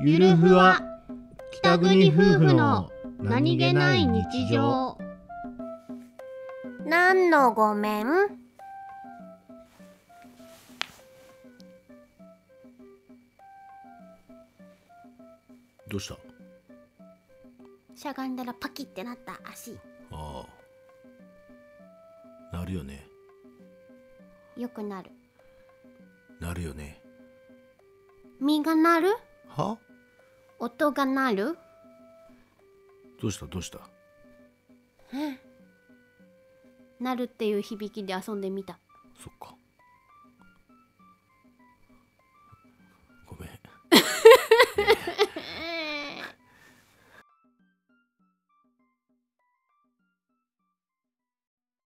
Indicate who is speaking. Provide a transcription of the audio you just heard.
Speaker 1: ゆるふわ北国夫婦の
Speaker 2: なんのごめん
Speaker 1: どうした
Speaker 2: しゃがんだらパキってなった足
Speaker 1: ああなるよね
Speaker 2: よくなる
Speaker 1: なるよね
Speaker 2: 身がなる
Speaker 1: は
Speaker 2: 音がなる
Speaker 1: どうしたどうした
Speaker 2: なるっていう響きで遊んでみた
Speaker 1: そっか